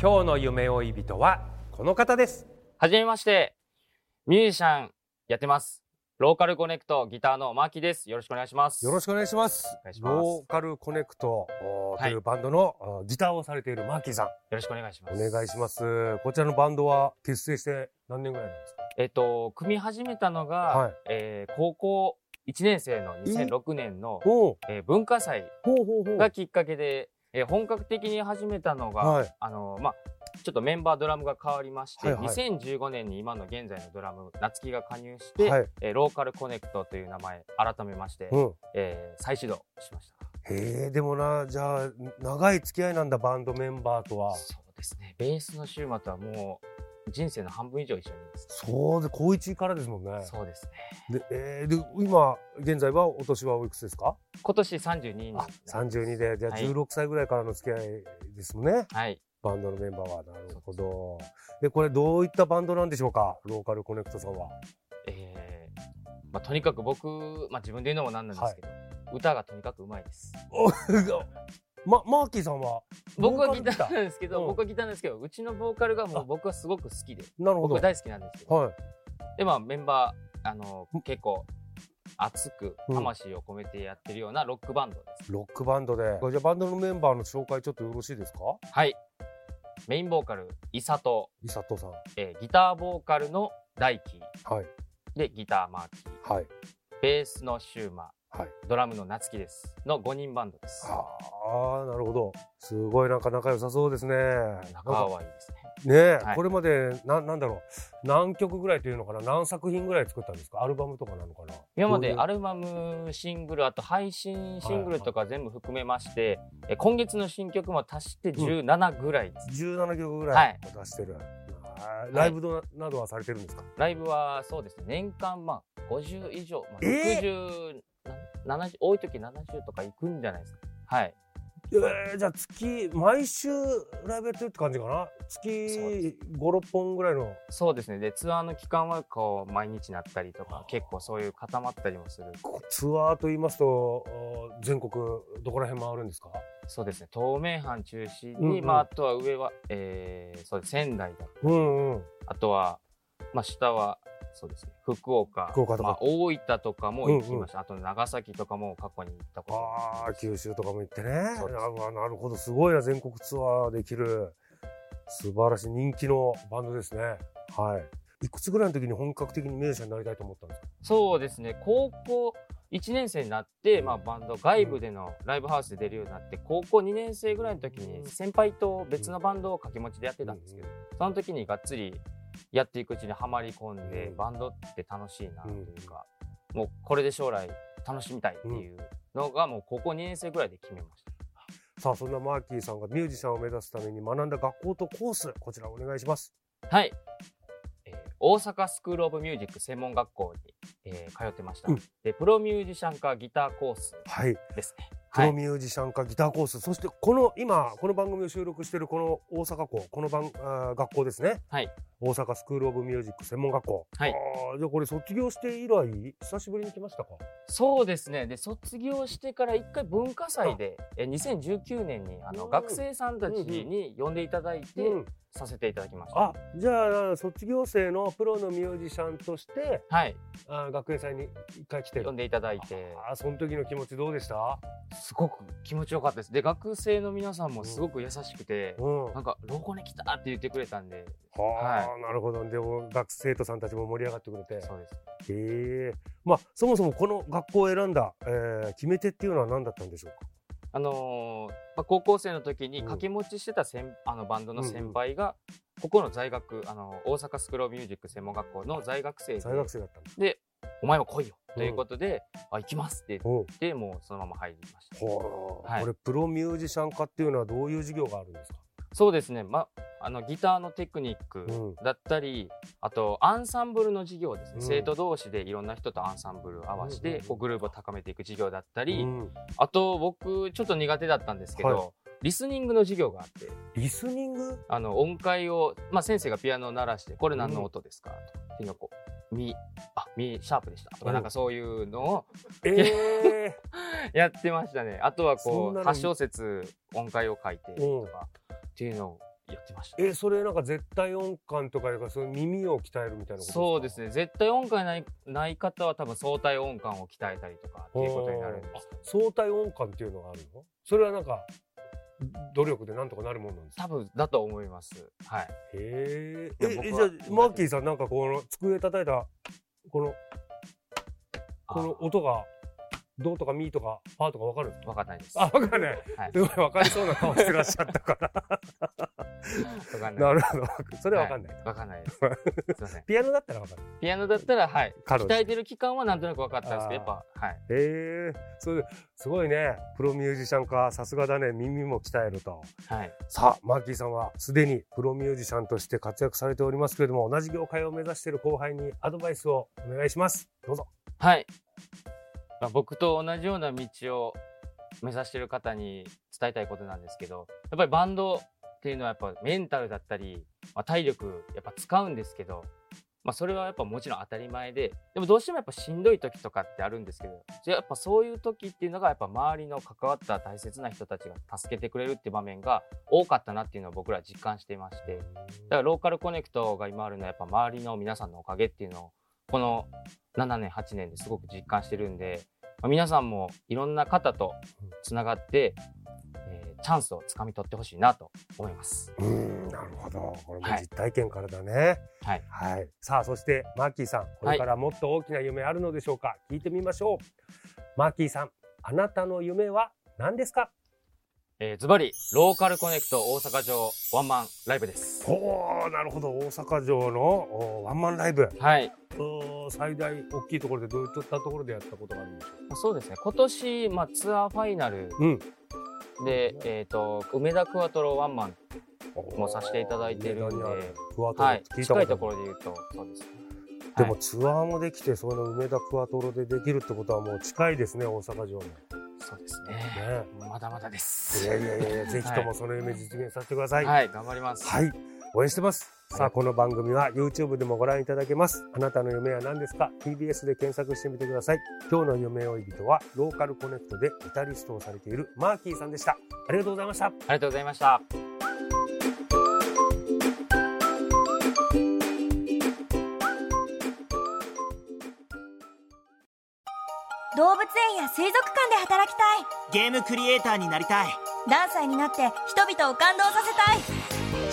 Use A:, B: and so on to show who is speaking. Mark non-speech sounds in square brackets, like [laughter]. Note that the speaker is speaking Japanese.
A: 今日の夢追い人はこの方です
B: はじめまして。ミュージシャンやってます。ローカルコネクトギターのマーキーです。よろしくお願いします。
C: よろしくお願いします。
B: お願いします
C: ローカルコネクトおーと
B: はい
C: いうバンドのあーギターをされているマーキーさん、
B: よろしくお願いしま
C: お
B: す。
C: 願いします。こちらのバンドは結成して何年ぐらいなんですか
B: えっと、組み始めたのが、
C: はい
B: えー高校1年生の2006年の、
C: おお
B: えー文化祭
C: ほうほうほ
B: がきっかけで、えー本格的に始めたのが、
C: はい
B: あの、まあ、ちょっとメンバードラムが変わりまして、
C: はいはい
B: 2015年に今の現在のドラム、夏希が加入して、
C: はい
B: えーローカルコネクトという名前、改めまして、
C: うん。
B: えー再始動しました。
C: へえ、でもな、じゃあ、長い付き合いなんだ、バンドメンバーとは。
B: そうですね。ベースのシューマとはもう人生の半分以上一緒にいます。
C: そうで、高一からですもんね。
B: そうですね。
C: で、えーで、今、現在は、お年はおいくつですか
B: 今年32にな
C: あ
B: りま、す
C: 32で、じゃあ
B: はい
C: 16歳ぐらいからの付き合いですもんね。
B: はい。
C: バンドのメンバーは。なるほど。で、これ、どういったバンドなんでしょうかローカルコネクトさんは。
B: えーまあ、とにかく僕、まあ、自分で言うのもなんなんですけど、歌がとにかくうまいです。
C: [laughs] ま、マーキーさんは
B: 僕は
C: ボ
B: ギ
C: カ
B: タ
C: ル
B: ーなんですけど、
C: うん
B: 僕はギターなんですけど、うちのボーカルがも
C: あ
B: う僕はすごく好きで、
C: なるほ
B: 僕
C: ど。
B: は大好きなんですけど、
C: はい。
B: で、まあ、メンバー、あの、結構、熱く
C: うん
B: 魂を込めてやってるようなロックバンドです。
C: ロックバンドで。じゃあ、バンドのメンバーの紹介ちょっとよろしいですか
B: はい。メインボーカル、イサト、
C: 伊佐藤さん。
B: えーギターボーカルの大輝、
C: はい。
B: で、ギターマーキー、
C: はい。
B: ベースのシューマ、
C: はい
B: ドラムの夏希です。の5人バンドです。
C: ああ、なるほど。すごいなんか仲良さそうですね。なん
B: 仲
C: か
B: はいいですね。
C: ねえ、
B: はい
C: これまでな、なんだろう。何曲ぐらいというのかな何作品ぐらい作ったんですかアルバムとかなのかな
B: 今までア
C: ル
B: ルバム、シングル、あと配信シングルとか全部含めまして、え今月の新曲も足して17ぐらいです。
C: ?17 曲ぐ
B: は
C: ら
B: い
C: い出してる。あーライブどなどはされてるんですか
B: ライブはそうですね、年間まあ50以上、まあ、
C: え
B: 60、な70、多い時70とかいくんじゃないですか。はい。
C: えー、じゃあ月毎週ライブやってるって感じかな月
B: そうで
C: 56本ぐらいの
B: そうですね。で、ツアーの期間はこう、毎日なったりとか、結構そういう固まったりもする。
C: こツアーと言いますとあー全国どこら辺回るんですか
B: そうですね、東名阪中心に、
C: うんうん
B: まあ、あとは上は、えー、そうです仙台だ
C: うんうん
B: あとは、まあ、下はそうですね福岡
C: 福岡とか
B: まあ、大分とかも行きました、あと長崎とかも過去に行ったこと
C: ああ九州とかも行ってね
B: そうです
C: あーなるほどすごいな全国ツアーできる素晴らしい人気のバンドですねはいいくつぐらいの時に本格的にミュージシャンになりたいと思ったんですか
B: そうですね高校1年生になって、まあ、バンド外部でのライブハウスで出るようになって高校2年生ぐらいの時に先輩と別のバンドを掛け持ちでやってたんですけど、その時にがっつりやっていくうちにはまり込んで、
C: うん
B: バンドって楽しいなというか、もうこれで将来楽しみたいっていうのがもう高校2年生ぐらいで決めました。
C: さあそんなマーキーさんがミュージシャンを目指すために学んだ学校とコースこちらお願いします
B: はい、えー大阪スクール・オブ・ミュージック専門学校に、えー通ってました、
C: うん
B: でプロミュージシャン科ギターコース
C: はい
B: ですね
C: プ
B: は
C: ロ
B: い、
C: ミュージシャンかギターコース、そしてこの今この番組を収録しているこの大阪校この番あー学校ですね、
B: はい、
C: 大阪スクール・オブ・ミュージック専門学校、
B: はい
C: あーじゃあこれ卒業して以来久しぶりに来ましたか
B: そうですねで卒業してから一回文化祭で、えー2019年にあの
C: うん
B: 学生さんたちに呼んでいただいて
C: うん、
B: させていただきました、
C: あじゃあ卒業生のプロのミュージシャンとして
B: はい
C: あー学園祭に一回来て
B: 呼
C: る
B: んでいただいて
C: あーその時の気持ちどうでした
B: すごく気持ちよかったです。で、学生の皆さんもすごく優しくて、
C: うん。
B: なんか、老後に来たって言ってくれたんで、
C: はあ、なるほど。でも、学生徒さんたちも盛り上がってくれて。
B: そうです。
C: へえ。まあ、そもそもこの学校を選んだ、えー決め手っていうのは何だったんでしょうか。
B: あのーまあ、高校生の時に
C: うん
B: 掛け持ちしてた先、あのバンドの先輩が、ここの在学、あの大阪スクロールミュージック専門学校の在学生で
C: 大学生だったんだ。
B: で、お前も来いよ
C: うん
B: ということで、あ行きますって言
C: おう
B: って、もうそのまま入りました。
C: はあ、
B: はい
C: これプロミュージシャン化っていうのはどういう授業があるんですか。
B: そうですね、ま、あのギターのテクニッ
C: うん
B: クだったり、あとアンサンブルの授業です
C: う
B: ね、
C: ん
B: 生徒同士でいろんな人とアンサンブルを合わせ
C: うんうん
B: て、
C: うん
B: こうグループを高めていく授業だったり、
C: うん
B: あと僕ちょっと苦手だったんですけど、
C: は
B: リスニングの授業があって
C: リスニング。
B: あの音階を、まあ、先生がピアノを鳴らして「これ何の音ですか?」と「ピノコ」ミ「あミシャープでした」と
C: う
B: か
C: ん
B: なんかそういうのを [laughs]
C: ええ
B: やってましたねあとは
C: そ
B: こ
C: ん
B: う
C: なの
B: 8小節音階を書いてとかっていうのをやってました。
C: え、それなんか絶対音感とかいうか、その耳を鍛えるみたいなことか
B: そうです。ね絶対音感ないない方は多分相対音感を鍛えたりとかっていうことになるんです
C: あ相対音感っていうのがあるの。それはなんか。努力でなんとかなるもんなんですか。
B: 多分だと思いますはい
C: へえ。
B: いや
C: え、え
B: 僕
C: じゃ
B: は
C: あ、マーキーさん、なんかこの机叩いた。この、この音が。どうとかみーとか、パーとかわかるんですか。
B: 分かんないです
C: あ、わかんない。
B: はい
C: すごいわかりそうな顔してらっしゃったから。
B: わかん
C: な
B: な
C: いるほど。 [laughs] それはわかんない。
B: わかんないです。すみません。
C: ピアノだったらわかる。
B: ピアノだったら、はい。
C: カロ
B: 鍛えてる期間はなんとなく分かったんですけど、やっぱ、はい。
C: へえそれすごいね。プロミュージシャンか、さすがだね。耳も鍛えると。
B: はい。
C: さあ、マーキーさんはすでにプロミュージシャンとして活躍されておりますけれども、同じ業界を目指している後輩にアドバイスをお願いします。どうぞ。
B: はい。まあ、僕と同じような道を目指してる方に伝えたいことなんですけど、やっぱりバンドっていうのはやっぱメンタルだったり、まあ、体力やっぱ使うんですけど、まあ、それはやっぱもちろん当たり前で、でもどうしてもやっぱしんどい時とかってあるんですけど、それやっぱそういう時っていうのがやっぱ周りの関わった大切な人たちが助けてくれるって場面が多かったなっていうのを僕ら実感していまして、だからローカルコネクトが今あるのはやっぱ周りの皆さんのおかげっていうのをこの7年8年ですごく実感してるんで、まあ、皆さんもいろんな方とつながって、えーチャンスをつかみ取ってほしいなと思います。
C: うーん、なるほど。これも
B: はい
C: 実体験からだね。
B: はい。
C: はい。さあ、そしてマーキーさん、これからもっと大きな夢あるのでしょうか、聞いてみましょう。マーキーさん、あなたの夢は何ですか
B: えーズバリローカルコネクト大阪城ワンマンライブです。
C: おーなるほど大阪城のおーワンマンライブ
B: はい、
C: おー最大大きいところでどういったところでやったことがあるんでしょう
B: そうですね。今年まあツアーファイナル
C: うん
B: で、えっ、と梅田クワトロワンマン
C: か
B: もさせていただいてるんで、
C: 梅田にあクワトロ
B: はい、
C: 聞いた
B: 近
C: こ
B: い
C: と
B: と
C: こ
B: こ
C: ろ
B: ろで言うとそうですね。
C: でもツアーもできてその梅田クワトロでできるってことはもう近いですね大阪
B: [laughs]
C: 城もね
B: そうですね。まだまだで
C: い
B: す。
C: やいやいやいやぜひと
B: は
C: もその夢実現させてください
B: はい、頑張ります。
C: はい応援してますさ
B: は
C: あ
B: い
C: この番組は YouTube でもご覧いただけますあなたの夢は何ですか TBS で検索してみてください今日の夢追い人はローカルコネクトでギタリストをされているマーキーさんでしたありがとうございました
B: ありがとうございました。
D: 動物園や水族館で働きたい
E: ゲームクリエイターになりたい
D: 何歳になって人々を感動させたい